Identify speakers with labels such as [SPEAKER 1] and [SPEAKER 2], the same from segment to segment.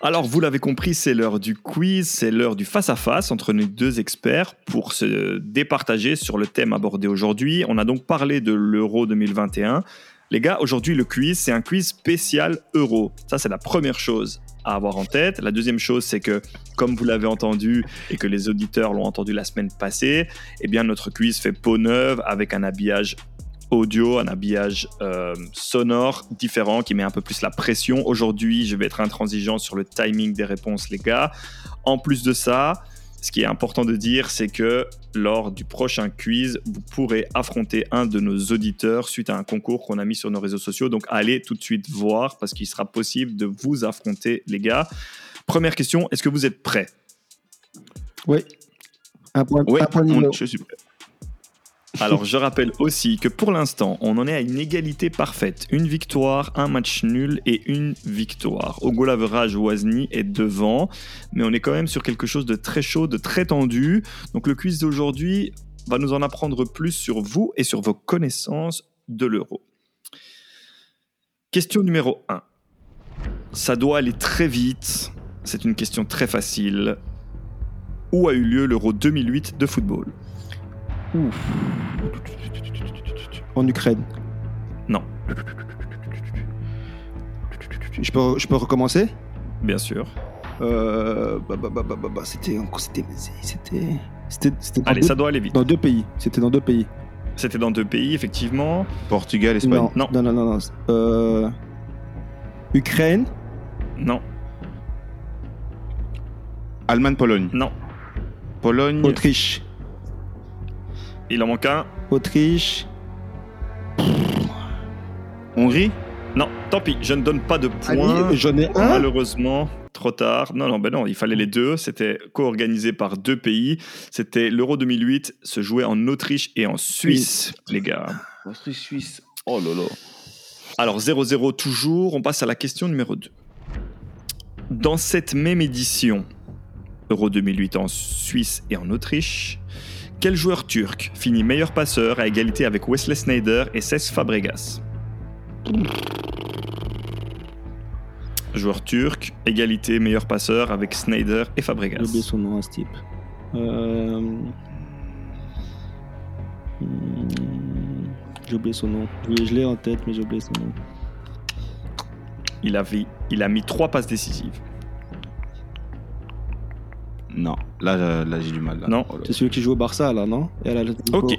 [SPEAKER 1] Alors, vous l'avez compris, c'est l'heure du quiz, c'est l'heure du face-à-face entre nos deux experts pour se départager sur le thème abordé aujourd'hui. On a donc parlé de l'Euro 2021. Les gars, aujourd'hui, le quiz, c'est un quiz spécial Euro. Ça, c'est la première chose à avoir en tête. La deuxième chose, c'est que, comme vous l'avez entendu et que les auditeurs l'ont entendu la semaine passée, eh bien, notre quiz fait peau neuve avec un habillage audio, un habillage euh, sonore différent qui met un peu plus la pression. Aujourd'hui, je vais être intransigeant sur le timing des réponses, les gars. En plus de ça, ce qui est important de dire, c'est que lors du prochain quiz, vous pourrez affronter un de nos auditeurs suite à un concours qu'on a mis sur nos réseaux sociaux. Donc allez tout de suite voir parce qu'il sera possible de vous affronter, les gars. Première question, est-ce que vous êtes prêts
[SPEAKER 2] Oui. Un point,
[SPEAKER 1] Oui,
[SPEAKER 2] un point
[SPEAKER 1] on-
[SPEAKER 2] Nino.
[SPEAKER 1] je suis prêt. Alors, je rappelle aussi que pour l'instant, on en est à une égalité parfaite. Une victoire, un match nul et une victoire. Au goal average, Wozni est devant, mais on est quand même sur quelque chose de très chaud, de très tendu. Donc, le quiz d'aujourd'hui va nous en apprendre plus sur vous et sur vos connaissances de l'euro. Question numéro 1. Ça doit aller très vite. C'est une question très facile. Où a eu lieu l'Euro 2008 de football
[SPEAKER 2] En Ukraine.
[SPEAKER 1] Non.
[SPEAKER 2] Je peux, je peux recommencer
[SPEAKER 1] Bien sûr.
[SPEAKER 2] Euh, bah, bah, bah, bah, bah, bah, C'était en- c'était- c'était- c'était- c'était dans,
[SPEAKER 1] Allez,
[SPEAKER 2] deux-
[SPEAKER 1] ça doit aller vite.
[SPEAKER 2] dans deux pays. C'était dans deux pays.
[SPEAKER 1] C'était dans deux pays, effectivement.
[SPEAKER 3] Portugal, Espagne.
[SPEAKER 2] non,
[SPEAKER 1] Non.
[SPEAKER 2] non, non, non, non. Euh, Ukraine,
[SPEAKER 1] Non,
[SPEAKER 3] Allemagne, Pologne.
[SPEAKER 1] non.
[SPEAKER 3] Pologne.
[SPEAKER 2] Autriche,
[SPEAKER 1] Il en manque un.
[SPEAKER 2] Autriche.
[SPEAKER 3] Hongrie.
[SPEAKER 1] Non, tant pis, je ne donne pas de points.
[SPEAKER 2] Allez, Ah J'en ai un.
[SPEAKER 1] Malheureusement, trop tard. Non, non, ben non, il fallait les deux. C'était co-organisé par deux pays. C'était l'Euro 2008, se jouait en Autriche et en Suisse, les gars.
[SPEAKER 3] Autriche, Suisse. Oh là là.
[SPEAKER 1] Alors 0-0 toujours, on passe à la question numéro 2. Dans cette même édition, Euro 2008 en Suisse et en Autriche, quel joueur turc finit meilleur passeur à égalité avec Wesley Snyder et Cesc Fabregas Joueur turc, égalité meilleur passeur avec Snyder et
[SPEAKER 2] J'ai oublié
[SPEAKER 1] Fabregas.
[SPEAKER 2] son nom à ce type. Euh, hmm, J'ai oublié son nom. Je je l'ai en tête, mais j'ai oublié son nom.
[SPEAKER 1] Il a, vi- il a mis trois passes décisives.
[SPEAKER 3] Non, là, là, là, j'ai du mal. Là.
[SPEAKER 1] Non.
[SPEAKER 3] Oh là là.
[SPEAKER 2] C'est celui qui joue au Barça, là, non Et à l'Atlético.
[SPEAKER 1] Ok.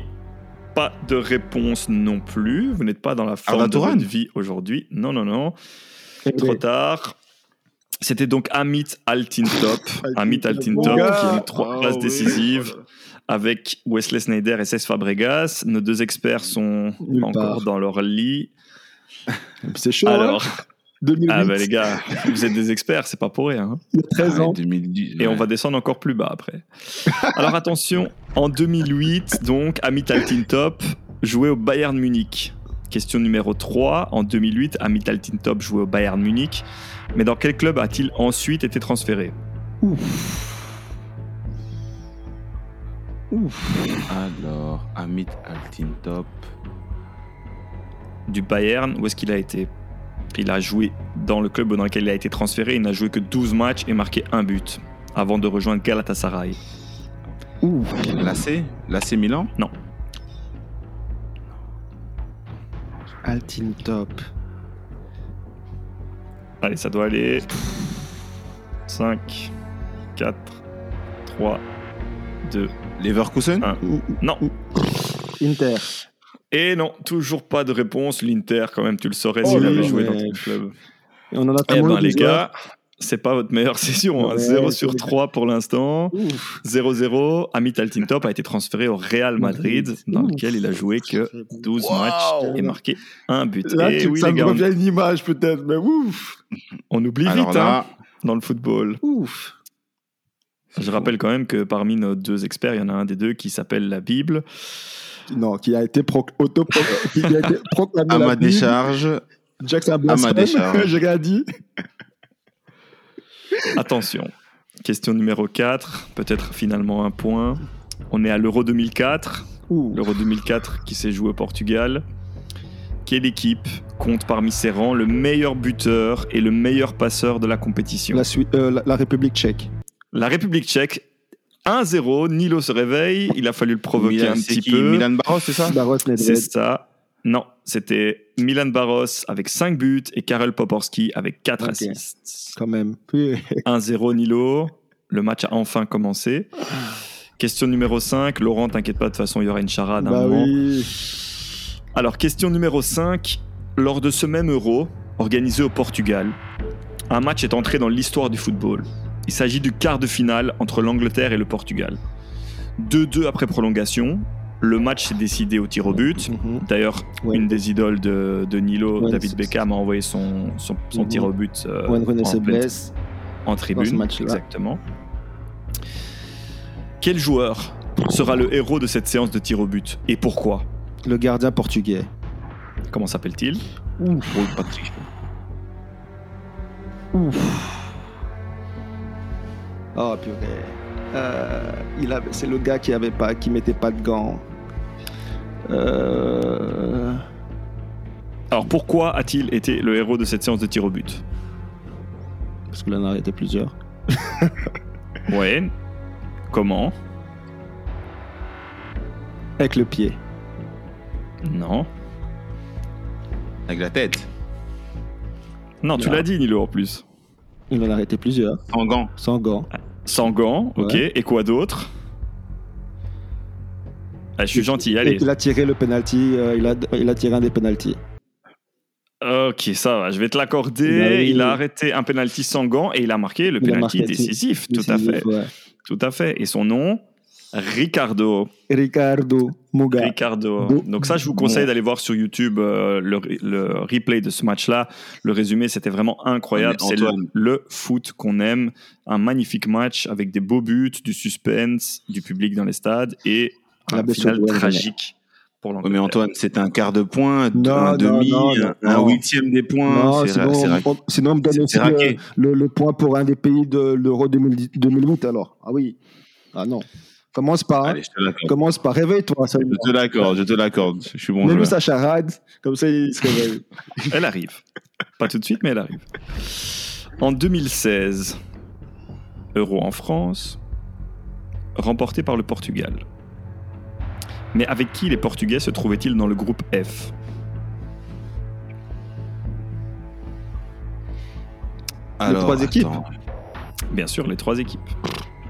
[SPEAKER 1] Pas de réponse non plus. Vous n'êtes pas dans la forme
[SPEAKER 3] Arda
[SPEAKER 1] de
[SPEAKER 3] Turan
[SPEAKER 1] votre vie aujourd'hui. Non, non, non.
[SPEAKER 2] Eh
[SPEAKER 1] Trop
[SPEAKER 2] ben,
[SPEAKER 1] tard. C'était donc Amit Altintop. Amit Altintop
[SPEAKER 2] gars.
[SPEAKER 1] qui a eu trois
[SPEAKER 3] Ah
[SPEAKER 1] passes
[SPEAKER 3] oui.
[SPEAKER 1] décisives avec Wesley Snyder et Cesc Fabregas. Nos deux experts sont
[SPEAKER 2] Nulle
[SPEAKER 1] encore
[SPEAKER 2] part.
[SPEAKER 1] dans leur lit.
[SPEAKER 2] C'est chaud, hein
[SPEAKER 1] Alors,
[SPEAKER 2] 2008,
[SPEAKER 1] ah bah les gars, vous êtes des experts, c'est pas pour rien. hein.
[SPEAKER 2] il y a 13
[SPEAKER 3] Ah,
[SPEAKER 2] ans.
[SPEAKER 3] 2010,
[SPEAKER 1] Et on
[SPEAKER 3] ouais.
[SPEAKER 1] va descendre encore plus bas après. Alors attention, en 2008, donc, Amit Altintop jouait au Bayern Munich. Question numéro 3. En 2008, Amit Altintop jouait au Bayern Munich. Mais dans quel club a-t-il ensuite été transféré
[SPEAKER 3] Alors, Amit Altintop.
[SPEAKER 1] Du Bayern, où est-ce qu'il a été Il a joué dans le club dans lequel il a été transféré. Il n'a joué que 12 matchs et marqué un but avant de rejoindre Galatasaray.
[SPEAKER 2] Ouf.
[SPEAKER 3] L'AC L'AC Milan
[SPEAKER 2] Altin Top.
[SPEAKER 1] Allez, ça doit aller. 5, 4, 3, 2,
[SPEAKER 3] Leverkusen
[SPEAKER 1] Ah. Non.
[SPEAKER 2] Inter.
[SPEAKER 1] Et non, toujours pas de réponse. L'Inter, quand même, tu le saurais
[SPEAKER 2] Oh
[SPEAKER 1] s'il
[SPEAKER 2] là
[SPEAKER 1] avait
[SPEAKER 2] là.
[SPEAKER 1] joué dans
[SPEAKER 2] Ouais. Ah,
[SPEAKER 1] ton club.
[SPEAKER 2] Et on en a
[SPEAKER 1] Eh
[SPEAKER 2] tellement
[SPEAKER 1] ben, les
[SPEAKER 2] des
[SPEAKER 1] gars,
[SPEAKER 2] joueurs.
[SPEAKER 1] c'est pas votre meilleure session. hein.
[SPEAKER 2] Ouais,
[SPEAKER 1] 0
[SPEAKER 2] c'est
[SPEAKER 1] sur
[SPEAKER 2] vrai.
[SPEAKER 1] 3 pour l'instant.
[SPEAKER 2] Ouf.
[SPEAKER 1] 0-0. Amit Altintop a été transféré au Real Madrid,
[SPEAKER 2] Madrid.
[SPEAKER 1] dans
[SPEAKER 2] Ouf.
[SPEAKER 1] lequel il a joué que
[SPEAKER 2] Euh.
[SPEAKER 1] 12
[SPEAKER 3] Wow.
[SPEAKER 1] matchs et marqué un but. et oui,
[SPEAKER 2] ça
[SPEAKER 1] les
[SPEAKER 2] me
[SPEAKER 1] gars, on-
[SPEAKER 2] revient une image, peut-être, mais ouf.
[SPEAKER 1] on, oublie
[SPEAKER 3] Alors
[SPEAKER 1] vite hein,
[SPEAKER 3] là,
[SPEAKER 1] dans le football.
[SPEAKER 2] Ouf.
[SPEAKER 1] Je rappelle quand même que parmi nos deux experts, il y en a un des deux qui s'appelle la Bible.
[SPEAKER 2] Non, qui a été proc- auto-proc- qui a été proclamé.
[SPEAKER 3] à
[SPEAKER 2] la
[SPEAKER 3] ma
[SPEAKER 2] Bible.
[SPEAKER 3] décharge,
[SPEAKER 2] Jackson
[SPEAKER 3] ma
[SPEAKER 2] Blasphème,
[SPEAKER 3] décharge.
[SPEAKER 2] j'ai rien dit.
[SPEAKER 1] Attention. Question numéro 4, peut-être finalement un point. On est à l'Euro 2004.
[SPEAKER 2] Ouh.
[SPEAKER 1] l'Euro 2004 qui s'est joué au Portugal. Quelle équipe compte parmi ses rangs le meilleur buteur et le meilleur passeur de la compétition
[SPEAKER 2] La, Sui- euh, la- la République tchèque.
[SPEAKER 1] La République tchèque, 1-0, Nilo se réveille, il a fallu le provoquer
[SPEAKER 3] Milan-
[SPEAKER 1] un
[SPEAKER 3] c'est
[SPEAKER 1] petit
[SPEAKER 3] qui,
[SPEAKER 1] peu.
[SPEAKER 3] Milan Barros, c'est ça
[SPEAKER 2] Barros
[SPEAKER 1] C'est
[SPEAKER 2] Bah, Nedved.
[SPEAKER 1] ça. Non, c'était Milan Barros avec 5 buts et Karel Poporski avec 4
[SPEAKER 2] Ok.
[SPEAKER 1] assists.
[SPEAKER 2] quand même.
[SPEAKER 1] 1-0 Nilo, le match a enfin commencé. Question numéro 5, Laurent, t'inquiète pas, de toute façon, il y aura une charade à un
[SPEAKER 2] bah
[SPEAKER 1] moment.
[SPEAKER 2] oui.
[SPEAKER 1] Alors, question numéro 5. Lors de ce même Euro, organisé au Portugal, un match est entré dans l'histoire du football. Il s'agit du quart de finale entre l'Angleterre et le Portugal. 2-2 après prolongation, le match s'est décidé au tir au but.
[SPEAKER 2] Mhm.
[SPEAKER 1] D'ailleurs,
[SPEAKER 2] Ouais.
[SPEAKER 1] une des idoles de, de Nilo,
[SPEAKER 2] Ouais,
[SPEAKER 1] David
[SPEAKER 2] c'est-
[SPEAKER 1] Beckham, a envoyé son, son, son
[SPEAKER 2] Mhm.
[SPEAKER 1] tir au but euh,
[SPEAKER 2] Wayne Rooney
[SPEAKER 1] en
[SPEAKER 2] se
[SPEAKER 1] pleine-
[SPEAKER 2] blesse.
[SPEAKER 1] en tribune.
[SPEAKER 2] Dans ce match-là.
[SPEAKER 1] Exactement. Quel joueur sera le héros de cette séance de tir au but et pourquoi
[SPEAKER 2] Le gardien portugais.
[SPEAKER 1] Comment s'appelle-t-il
[SPEAKER 3] Paul Patrick.
[SPEAKER 2] Oh purée. Euh, il avait- c'est le gars qui avait pas, qui mettait pas de gants. Euh,
[SPEAKER 1] Alors pourquoi a-t-il été le héros de cette séance de tir au but
[SPEAKER 2] parce qu'il en a arrêté plusieurs.
[SPEAKER 1] Ouais. Comment
[SPEAKER 2] Avec le pied.
[SPEAKER 1] Non.
[SPEAKER 3] Avec la tête.
[SPEAKER 1] Non, tu
[SPEAKER 2] Non.
[SPEAKER 1] l'as dit Nilo en plus.
[SPEAKER 2] Il en a arrêté plusieurs.
[SPEAKER 3] En gants.
[SPEAKER 2] Sans gants.
[SPEAKER 1] Sans gants, ok. Et quoi d'autre Ah, Je suis gentil,
[SPEAKER 2] Et
[SPEAKER 1] allez.
[SPEAKER 2] il a tiré le penalty. euh, il, a, il a tiré un des penalties.
[SPEAKER 1] Ok, ça va, je vais te l'accorder.
[SPEAKER 2] Il a-
[SPEAKER 1] Il a arrêté un penalty sans gants et il a marqué le
[SPEAKER 2] Il a
[SPEAKER 1] penalty
[SPEAKER 2] marqué,
[SPEAKER 1] décisif, tout à fait.
[SPEAKER 2] Ouais.
[SPEAKER 1] Tout à fait. Et son nom Ricardo.
[SPEAKER 2] Ricardo Muga.
[SPEAKER 1] Ricardo.
[SPEAKER 2] Bah, Bon.
[SPEAKER 1] Donc ça, je vous conseille
[SPEAKER 2] Bon.
[SPEAKER 1] d'aller voir sur YouTube euh, le, le replay de ce match-là. Le résumé, c'était vraiment incroyable.
[SPEAKER 3] Ah, Mais
[SPEAKER 1] C'est le,
[SPEAKER 3] Antoine-
[SPEAKER 1] le foot qu'on aime. Un magnifique match avec des beaux buts, du suspense, du public dans les stades et
[SPEAKER 2] La
[SPEAKER 1] un
[SPEAKER 2] blessure
[SPEAKER 1] final
[SPEAKER 2] de Wayne
[SPEAKER 1] tragique pour
[SPEAKER 3] Ouais, Oh, mais
[SPEAKER 1] l'Angleterre.
[SPEAKER 3] Antoine, c'est un quart de point,
[SPEAKER 2] Non,
[SPEAKER 3] un
[SPEAKER 2] non,
[SPEAKER 3] demi,
[SPEAKER 2] non, non,
[SPEAKER 3] un
[SPEAKER 2] non.
[SPEAKER 3] huitième des points.
[SPEAKER 2] Non,
[SPEAKER 3] c'est
[SPEAKER 2] sinon,
[SPEAKER 3] ra- c'est ra-
[SPEAKER 2] on- on- sinon, on me donne
[SPEAKER 3] c'est-
[SPEAKER 2] aussi euh,
[SPEAKER 3] c'est
[SPEAKER 2] le,
[SPEAKER 3] raqué.
[SPEAKER 2] le- le point pour un des pays de l'Euro 2010 2008 alors. Ah oui. Ah non. Commence par.
[SPEAKER 3] Allez, je te l'accorde.
[SPEAKER 2] Commence par. Réveille-toi. seulement.
[SPEAKER 3] Je te l'accorde, je te l'accorde. Je suis bon
[SPEAKER 2] Même
[SPEAKER 3] joueur.
[SPEAKER 2] sa charade, comme ça il se réveille.
[SPEAKER 1] Elle arrive. Pas tout de suite, mais elle arrive. En 2016, Euro en France, remporté par le Portugal. Mais avec qui les Portugais se trouvaient-ils dans le groupe F
[SPEAKER 3] Alors,
[SPEAKER 2] trois équipes.
[SPEAKER 3] attends.
[SPEAKER 1] Bien sûr, les trois équipes.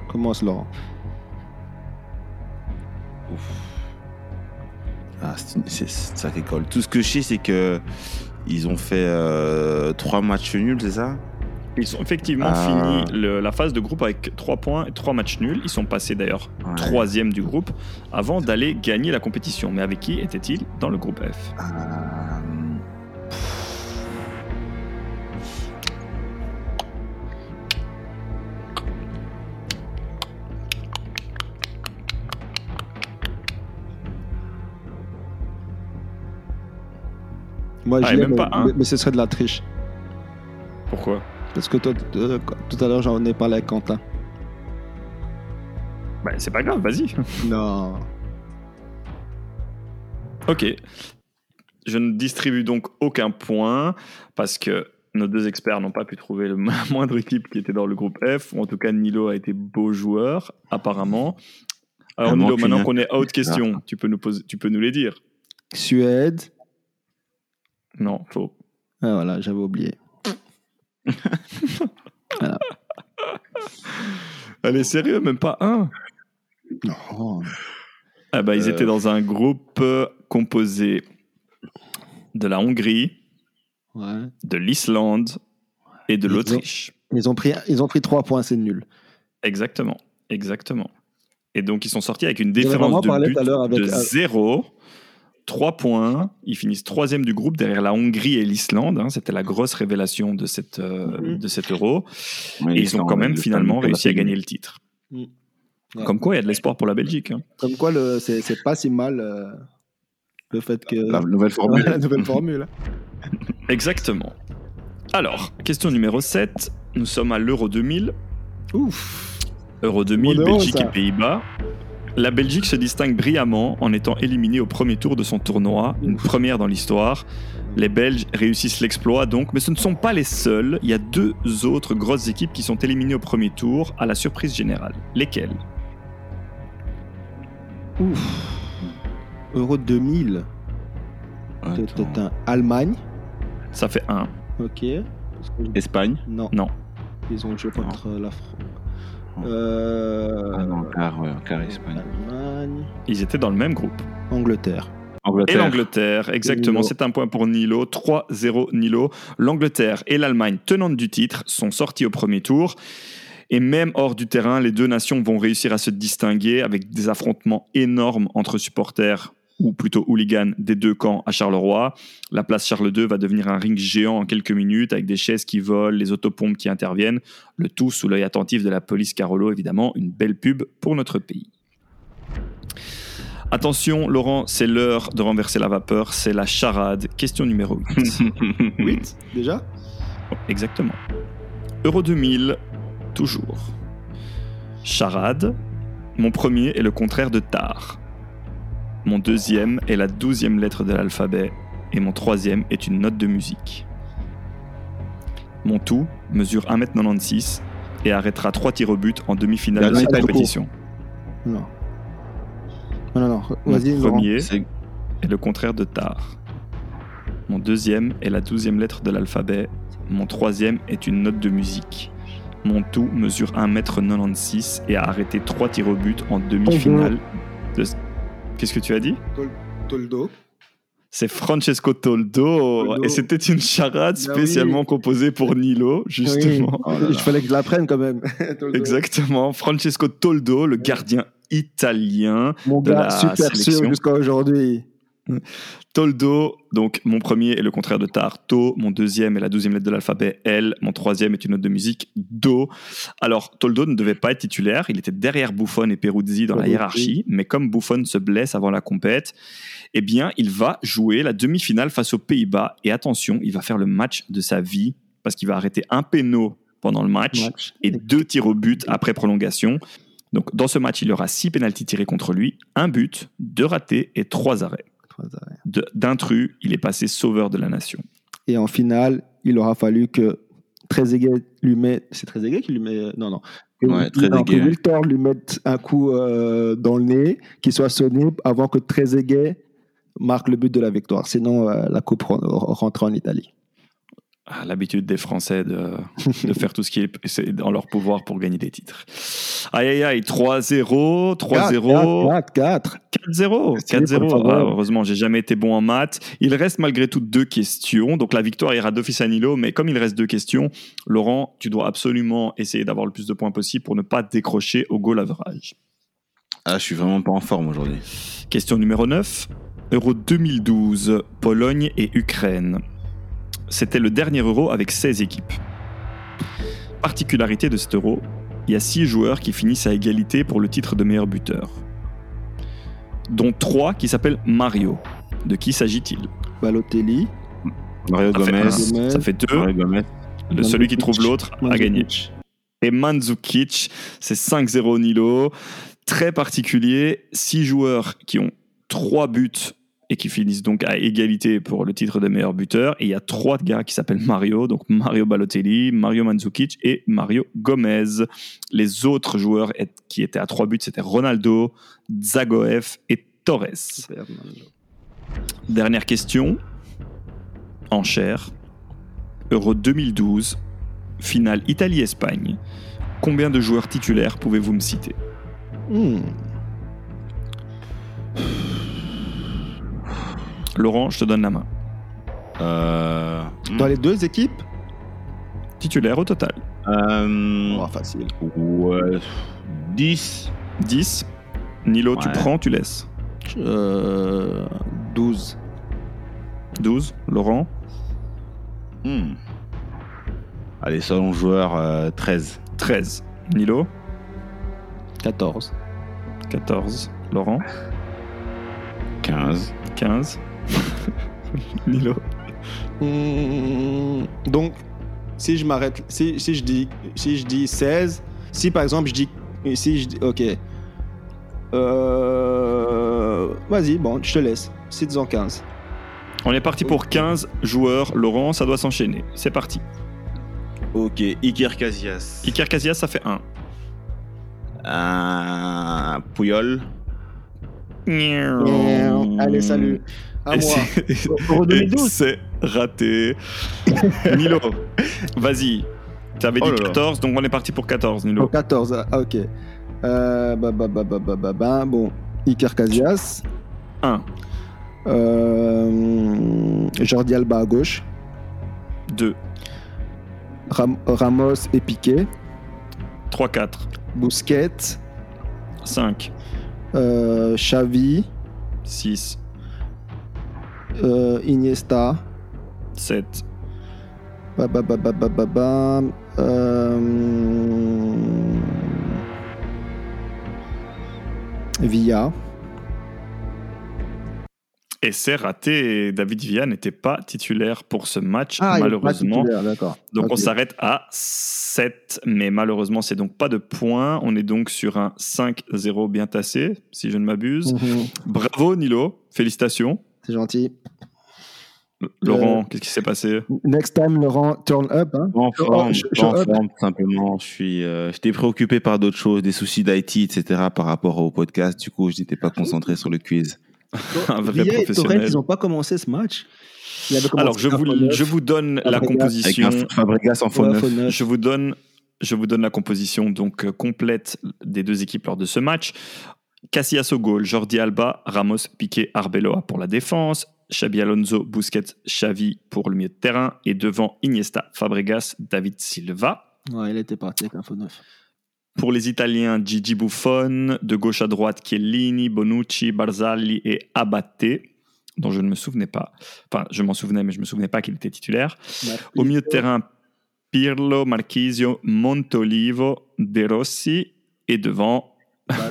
[SPEAKER 2] Commence Laurent.
[SPEAKER 3] Ah, c'est une- c'est- c'est ça qui colle. Tout ce que je sais, c'est que ils ont fait euh, trois matchs nuls, c'est ça
[SPEAKER 1] Ils ont effectivement
[SPEAKER 3] Ah.
[SPEAKER 1] fini le- la phase de groupe avec 3 points et 3 matchs nuls. Ils sont passés d'ailleurs
[SPEAKER 3] Ouais.
[SPEAKER 1] troisième du groupe avant d'aller gagner la compétition. Mais avec qui étaient-ils dans le groupe F
[SPEAKER 3] Euh,
[SPEAKER 2] Moi
[SPEAKER 1] Ah,
[SPEAKER 2] je
[SPEAKER 1] et
[SPEAKER 2] l'ai,
[SPEAKER 1] même
[SPEAKER 2] mais,
[SPEAKER 1] pas un
[SPEAKER 2] mais- mais ce serait de la triche.
[SPEAKER 1] Pourquoi
[SPEAKER 2] Parce que toi, t- euh, quand- tout à l'heure j'en ai parlé avec Quentin.
[SPEAKER 1] bah, C'est pas grave, vas-y.
[SPEAKER 2] Non.
[SPEAKER 1] ok. Je ne distribue donc aucun point parce que nos deux experts n'ont pas pu trouver le moindre équipe qui était dans le groupe F. Ou en tout cas, Nilo a été beau joueur, apparemment. Alors,
[SPEAKER 3] Il
[SPEAKER 1] Nilo,
[SPEAKER 3] manque
[SPEAKER 1] maintenant
[SPEAKER 3] une-
[SPEAKER 1] qu'on est out question, tu peux nous, poser, tu peux nous les dire
[SPEAKER 2] Suède.
[SPEAKER 1] Non, faux.
[SPEAKER 2] Ah voilà, j'avais oublié.
[SPEAKER 1] Elle est sérieux, même pas un
[SPEAKER 2] Non.
[SPEAKER 1] Ah bah, ils
[SPEAKER 3] Euh.
[SPEAKER 1] étaient dans un groupe euh, composé de la Hongrie,
[SPEAKER 2] Ouais.
[SPEAKER 1] de l'Islande et de
[SPEAKER 2] Ils ont-
[SPEAKER 1] l'Autriche.
[SPEAKER 2] Ils ont pris, ils ont pris trois points, c'est nul.
[SPEAKER 1] Exactement, exactement. Et donc ils sont sortis avec une
[SPEAKER 2] J'avais vraiment
[SPEAKER 1] différence de
[SPEAKER 2] parlé
[SPEAKER 1] but
[SPEAKER 2] tout à l'heure avec- euh,
[SPEAKER 1] de zéro, trois points. Ils finissent troisième du groupe derrière la Hongrie et l'Islande. hein. C'était la grosse révélation de cette euh,
[SPEAKER 2] Mhm.
[SPEAKER 1] de cet Euro.
[SPEAKER 3] mais
[SPEAKER 1] Et ils ont
[SPEAKER 3] sont-
[SPEAKER 1] quand même
[SPEAKER 3] le-
[SPEAKER 1] finalement
[SPEAKER 3] le-
[SPEAKER 1] réussi à gagner le titre.
[SPEAKER 2] Mhm. Ouais.
[SPEAKER 1] Comme quoi, il y a de l'espoir pour la Belgique. hein.
[SPEAKER 2] Comme quoi, le, c'est, c'est pas si mal euh, le fait que.
[SPEAKER 3] La nouvelle formule.
[SPEAKER 2] la nouvelle formule.
[SPEAKER 1] Exactement. Alors, question numéro 7. Nous sommes à l'Euro 2000.
[SPEAKER 2] Ouf.
[SPEAKER 1] Euro 2000,
[SPEAKER 2] Mon euro,
[SPEAKER 1] Belgique
[SPEAKER 2] ça.
[SPEAKER 1] et Pays-Bas. La Belgique se distingue brillamment en étant éliminée au premier tour de son tournoi, une première dans l'histoire. Les Belges réussissent l'exploit donc, mais ce ne sont pas les seuls. Il y a deux autres grosses équipes qui sont éliminées au premier tour, à la surprise générale. Lesquelles
[SPEAKER 2] Euro 2000,
[SPEAKER 3] Attends.
[SPEAKER 2] peut-être un Allemagne.
[SPEAKER 1] Ça fait un.
[SPEAKER 2] Ok. Parce que-
[SPEAKER 3] Espagne
[SPEAKER 2] Non.
[SPEAKER 1] Non.
[SPEAKER 2] Ils ont joué
[SPEAKER 3] Non.
[SPEAKER 2] contre euh, la France.
[SPEAKER 3] Non.
[SPEAKER 2] Euh,
[SPEAKER 3] Ah non, car, ouais, car Espagne.
[SPEAKER 2] Allemagne,
[SPEAKER 1] Ils étaient dans le même groupe.
[SPEAKER 2] Angleterre.
[SPEAKER 1] Et l'Angleterre, exactement.
[SPEAKER 2] Nilo.
[SPEAKER 1] C'est un point pour Nilo. 3-0 Nilo. L'Angleterre et l'Allemagne, tenantes du titre, sont sorties au premier tour. Et même hors du terrain, les deux nations vont réussir à se distinguer avec des affrontements énormes entre supporters ou plutôt hooligans des deux camps à Charleroi. La place Charles II va devenir un ring géant en quelques minutes avec des chaises qui volent, les autopompes qui interviennent, le tout sous l'œil attentif de la police Carolo, évidemment, une belle pub pour notre pays. Attention, Laurent, c'est l'heure de renverser la vapeur, c'est la charade. Question numéro 8. Hmm.
[SPEAKER 2] Oui. Déjà
[SPEAKER 1] Exactement. Euro 2000, toujours. Charade, mon premier est le contraire de tard. Mon deuxième est la douzième lettre de l'alphabet et mon troisième est une note de musique. Mon tout mesure 1m96 et arrêtera 3 tirs au but en demi-finale de
[SPEAKER 3] Dernier
[SPEAKER 1] cette
[SPEAKER 2] tableau.
[SPEAKER 1] compétition.
[SPEAKER 2] Non. Non, non, non.
[SPEAKER 1] Mon
[SPEAKER 2] Vas-y, Laurent.
[SPEAKER 1] premier
[SPEAKER 3] C'est-
[SPEAKER 1] est le contraire de tard. Mon deuxième est la douzième lettre de l'alphabet. Mon troisième est une note de musique. Mon tout mesure 1m96 et a arrêté 3 tirs au but en demi-finale. De... Qu'est-ce que tu as dit
[SPEAKER 2] Toldo.
[SPEAKER 1] C'est Francesco Toldo.
[SPEAKER 2] Toldo.
[SPEAKER 1] Et c'était une charade
[SPEAKER 2] Ah oui.
[SPEAKER 1] spécialement composée pour Nilo, justement.
[SPEAKER 3] Oh là là.
[SPEAKER 2] Il fallait que je l'apprenne quand même. Toldo.
[SPEAKER 1] Exactement. Francesco Toldo, le gardien italien.
[SPEAKER 2] Mon
[SPEAKER 1] de
[SPEAKER 2] gars,
[SPEAKER 1] la
[SPEAKER 2] super sûr
[SPEAKER 1] sélection.
[SPEAKER 2] jusqu'à aujourd'hui.
[SPEAKER 1] Toldo, donc mon premier est le contraire de Tarto, mon deuxième est la douzième lettre de l'alphabet L, mon troisième est une note de musique Do. Alors Toldo ne devait pas être titulaire, il était derrière Buffon et Peruzzi dans la
[SPEAKER 2] Peruzzi.
[SPEAKER 1] hiérarchie, mais comme Buffon se blesse avant la compète, eh bien il va jouer la demi-finale face aux Pays-Bas et attention, il va faire le match de sa vie parce qu'il va arrêter un péno pendant le match
[SPEAKER 2] Match.
[SPEAKER 1] et deux tirs au but après prolongation. Donc dans ce match, il y aura six pénalties tirés contre lui, un but, deux ratés et trois arrêts de- d'intrus, il est passé sauveur de la nation.
[SPEAKER 2] Et en finale, il aura fallu que Trezeguet lui mette. C'est Trezeguet qui lui met. euh, Non, non. Que-
[SPEAKER 3] Ouais,
[SPEAKER 2] non,
[SPEAKER 3] Trezeguet,
[SPEAKER 2] que
[SPEAKER 3] ouais.
[SPEAKER 2] Wiltord lui mette un coup euh, dans le nez, qu'il soit sonné avant que Trezeguet marque le but de la victoire. Sinon, euh, la coupe ren- rentre en Italie.
[SPEAKER 1] Ah, L'habitude des Français de, de faire tout ce qui est c'est dans leur pouvoir pour gagner des titres. Aïe, aïe, aïe, 3-0, 3-0,
[SPEAKER 2] 4, 4.
[SPEAKER 1] 4-0,
[SPEAKER 2] Ah, Merci, pour
[SPEAKER 1] 4-0.
[SPEAKER 2] le favor.
[SPEAKER 1] Ah, heureusement, j'ai jamais été bon en maths. Il reste malgré tout deux questions. Donc la victoire ira d'office à Nilo, mais comme il reste deux questions, Laurent, tu dois absolument essayer d'avoir le plus de points possible pour ne pas décrocher au goal average.
[SPEAKER 3] Ah, je suis vraiment pas en forme aujourd'hui.
[SPEAKER 1] Question numéro 9. Euro 2012, Pologne et Ukraine. C'était le dernier Euro avec 16 équipes. Particularité de cet Euro, il y a 6 joueurs qui finissent à égalité pour le titre de meilleur buteur. Dont 3 qui s'appellent Mario. De qui s'agit-il
[SPEAKER 2] Balotelli.
[SPEAKER 3] Mario
[SPEAKER 1] Ça Ah, fait
[SPEAKER 3] Gomez.
[SPEAKER 1] un.
[SPEAKER 2] Gomez.
[SPEAKER 1] Ça fait 2.
[SPEAKER 3] Mario Gomez.
[SPEAKER 1] Le- celui qui trouve l'autre a gagné.
[SPEAKER 2] Mandzukic.
[SPEAKER 1] Et Mandzukic, c'est 5-0 Nilo. Très particulier. Six joueurs qui ont trois buts et qui finissent donc à égalité pour le titre de meilleur buteur. Et il y a trois gars qui s'appellent Mario, donc Mario Balotelli, Mario Mandzukic et Mario Gomez. Les autres joueurs et- qui étaient à trois buts, c'était Ronaldo, Zagoev et Torres.
[SPEAKER 2] Super, Mandzukic.
[SPEAKER 1] Dernière question. En chair. Euro 2012. Finale Italie-Espagne. Combien de joueurs titulaires pouvez-vous me citer
[SPEAKER 2] Hmm.
[SPEAKER 1] Laurent, je te donne la main.
[SPEAKER 3] Euh,
[SPEAKER 2] Dans les deux équipes
[SPEAKER 1] Titulaire au total. Hmm.
[SPEAKER 3] euh,
[SPEAKER 2] Oh, Facile.
[SPEAKER 3] ouais, 10.
[SPEAKER 1] 10. Nilo, tu
[SPEAKER 3] Ouais.
[SPEAKER 1] prends, tu laisses.
[SPEAKER 2] Euh, 12.
[SPEAKER 1] 12. Laurent.
[SPEAKER 3] Hmm. Allez, selon joueur, euh, 13.
[SPEAKER 1] 13. Nilo.
[SPEAKER 2] 14.
[SPEAKER 1] 14. Laurent.
[SPEAKER 3] 15.
[SPEAKER 1] 15. Nilo.
[SPEAKER 2] Mmh, Donc, si je m'arrête, si, si, je dis, si je dis 16, si par exemple je dis. Si je, dis- ok. Euh, Vas-y, bon, je te laisse. Cites en 15.
[SPEAKER 1] On est parti pour 15 joueurs. Laurent, ça doit s'enchaîner. C'est parti.
[SPEAKER 3] Ok, Iker Casillas.
[SPEAKER 1] Iker Casillas, ça fait 1.
[SPEAKER 3] Ah, Puyol.
[SPEAKER 2] Allez, salut. À
[SPEAKER 1] Et
[SPEAKER 2] moi.
[SPEAKER 1] c'est-
[SPEAKER 2] Euro
[SPEAKER 1] et
[SPEAKER 2] 2012.
[SPEAKER 1] C'est raté. Milo, vas-y. Tu avais
[SPEAKER 3] Oh
[SPEAKER 1] dit
[SPEAKER 3] là là.
[SPEAKER 1] 14, donc on est parti pour 14, Milo.
[SPEAKER 2] Oh, 14, ah, ok. Euh, bah, bah, bah, bah, bah, bah, bah, bon, Iker Casillas.
[SPEAKER 1] 1,
[SPEAKER 2] Euh, Jordi Alba à gauche.
[SPEAKER 1] 2,
[SPEAKER 2] Ram- Ramos et Piqué.
[SPEAKER 1] 3, 4,
[SPEAKER 2] Busquets.
[SPEAKER 1] 5,
[SPEAKER 2] euh, Xavi.
[SPEAKER 1] 6,
[SPEAKER 2] euh, Iniesta.
[SPEAKER 1] 7,
[SPEAKER 2] Ba, ba, ba, ba, ba, ba, ba, euh, Villa.
[SPEAKER 1] et c'est raté. David Villa n'était pas titulaire pour ce match,
[SPEAKER 2] Ah, il est pas
[SPEAKER 1] malheureusement.
[SPEAKER 2] titulaire, D'accord.
[SPEAKER 1] Donc on
[SPEAKER 2] Ok.
[SPEAKER 1] s'arrête à 7, mais malheureusement, c'est donc pas de points. On est donc sur un 5-0 bien tassé, si je ne m'abuse.
[SPEAKER 2] Mhm,
[SPEAKER 1] Bravo, Nilo. Félicitations.
[SPEAKER 2] C'est gentil.
[SPEAKER 1] Laurent,
[SPEAKER 2] Euh,
[SPEAKER 1] qu'est-ce qui s'est passé
[SPEAKER 2] Next time, Laurent, turn up. hein.
[SPEAKER 3] En forme,
[SPEAKER 2] je-
[SPEAKER 3] pas en
[SPEAKER 2] je-
[SPEAKER 3] forme, simplement. Je suis, euh, j'étais préoccupé par d'autres choses, des soucis d'IT, etc. par rapport au podcast. Du coup, je n'étais pas concentré sur le quiz.
[SPEAKER 1] Un vrai
[SPEAKER 2] Villa et Torres,
[SPEAKER 1] professionnel.
[SPEAKER 2] ils n'ont pas commencé ce match. Ils avaient commencé
[SPEAKER 1] Alors, je
[SPEAKER 2] par
[SPEAKER 1] vous,
[SPEAKER 2] Fofana.
[SPEAKER 1] je vous donne la
[SPEAKER 2] Fabregas.
[SPEAKER 3] Avec
[SPEAKER 1] composition.
[SPEAKER 3] un Fabregas en faux
[SPEAKER 2] Ouais,
[SPEAKER 3] neuf.
[SPEAKER 2] faux neuf.
[SPEAKER 1] Je vous donne, je vous donne la composition donc euh, complète des deux équipes lors de ce match. Casillas au goal, Jordi Alba, Ramos, Piqué, Arbeloa pour la défense, Xabi Alonso, Busquets, Xavi pour le milieu de terrain et devant Iniesta, Fabregas, David Silva.
[SPEAKER 2] Ouais, il était parti avec un faux neuf.
[SPEAKER 1] Pour les Italiens, Gigi Buffon, de gauche à droite, Chiellini, Bonucci, Barzali et Abate, dont je ne me souvenais pas. Enfin, je m'en souvenais, mais je ne me souvenais pas qu'il était titulaire. Au milieu de terrain, Pirlo, Marquisio, Montolivo, De Rossi et devant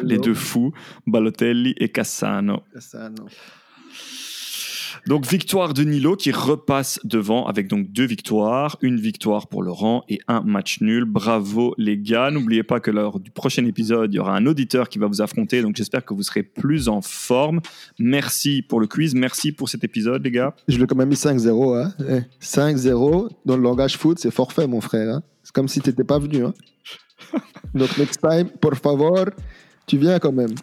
[SPEAKER 1] les deux fous, Balotelli et Cassano.
[SPEAKER 2] Ça, non.
[SPEAKER 1] Donc victoire de Nilo qui repasse devant avec donc deux victoires, une victoire pour Laurent et un match nul. Bravo les gars, n'oubliez pas que lors du prochain épisode, il y aura un auditeur qui va vous affronter donc j'espère que vous serez plus en forme. Merci pour le quiz, merci pour cet épisode les gars.
[SPEAKER 2] Je l'ai quand même mis 5-0. Hein. Eh, 5-0, dans le langage foot, c'est forfait, mon frère. hein. C'est comme si tu n'étais pas venu. hein. Donc, next time, por favor, tu viens quand même.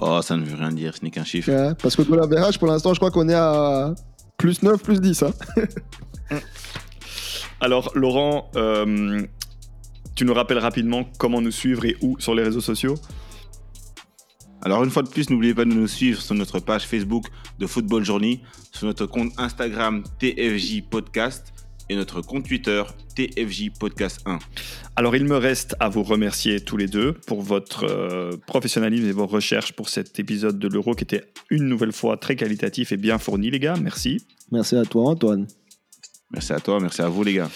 [SPEAKER 3] Oh, ça ne veut rien dire, ce n'est qu'un chiffre.
[SPEAKER 2] hein. Parce que goal average, pour l'instant, je crois qu'on est à plus 9, plus 10. hein.
[SPEAKER 1] Alors Laurent, euh, tu nous rappelles rapidement comment nous suivre et où sur les réseaux sociaux
[SPEAKER 3] Alors une fois de plus, n'oubliez pas de nous suivre sur notre page Facebook de Football Journey, sur notre compte Instagram TFJ Podcast et notre compte Twitter TFJ Podcast 1.
[SPEAKER 1] Alors, il me reste à vous remercier tous les deux pour votre euh, professionnalisme et vos recherches pour cet épisode de l'Euro qui était une nouvelle fois très qualitatif et bien fourni, les gars. Merci.
[SPEAKER 2] Merci à toi, Antoine.
[SPEAKER 3] Merci à toi, merci à vous les gars.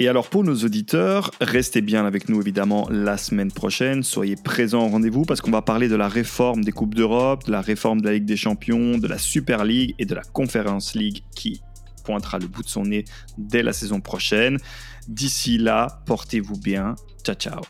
[SPEAKER 1] Et alors pour nos auditeurs, restez bien avec nous évidemment la semaine prochaine, soyez présents au rendez-vous parce qu'on va parler de la réforme des Coupes d'Europe, de la réforme de la Ligue des Champions, de la Super League et de la Conference League qui pointera le bout de son nez dès la saison prochaine. D'ici là, portez-vous bien. Ciao ciao.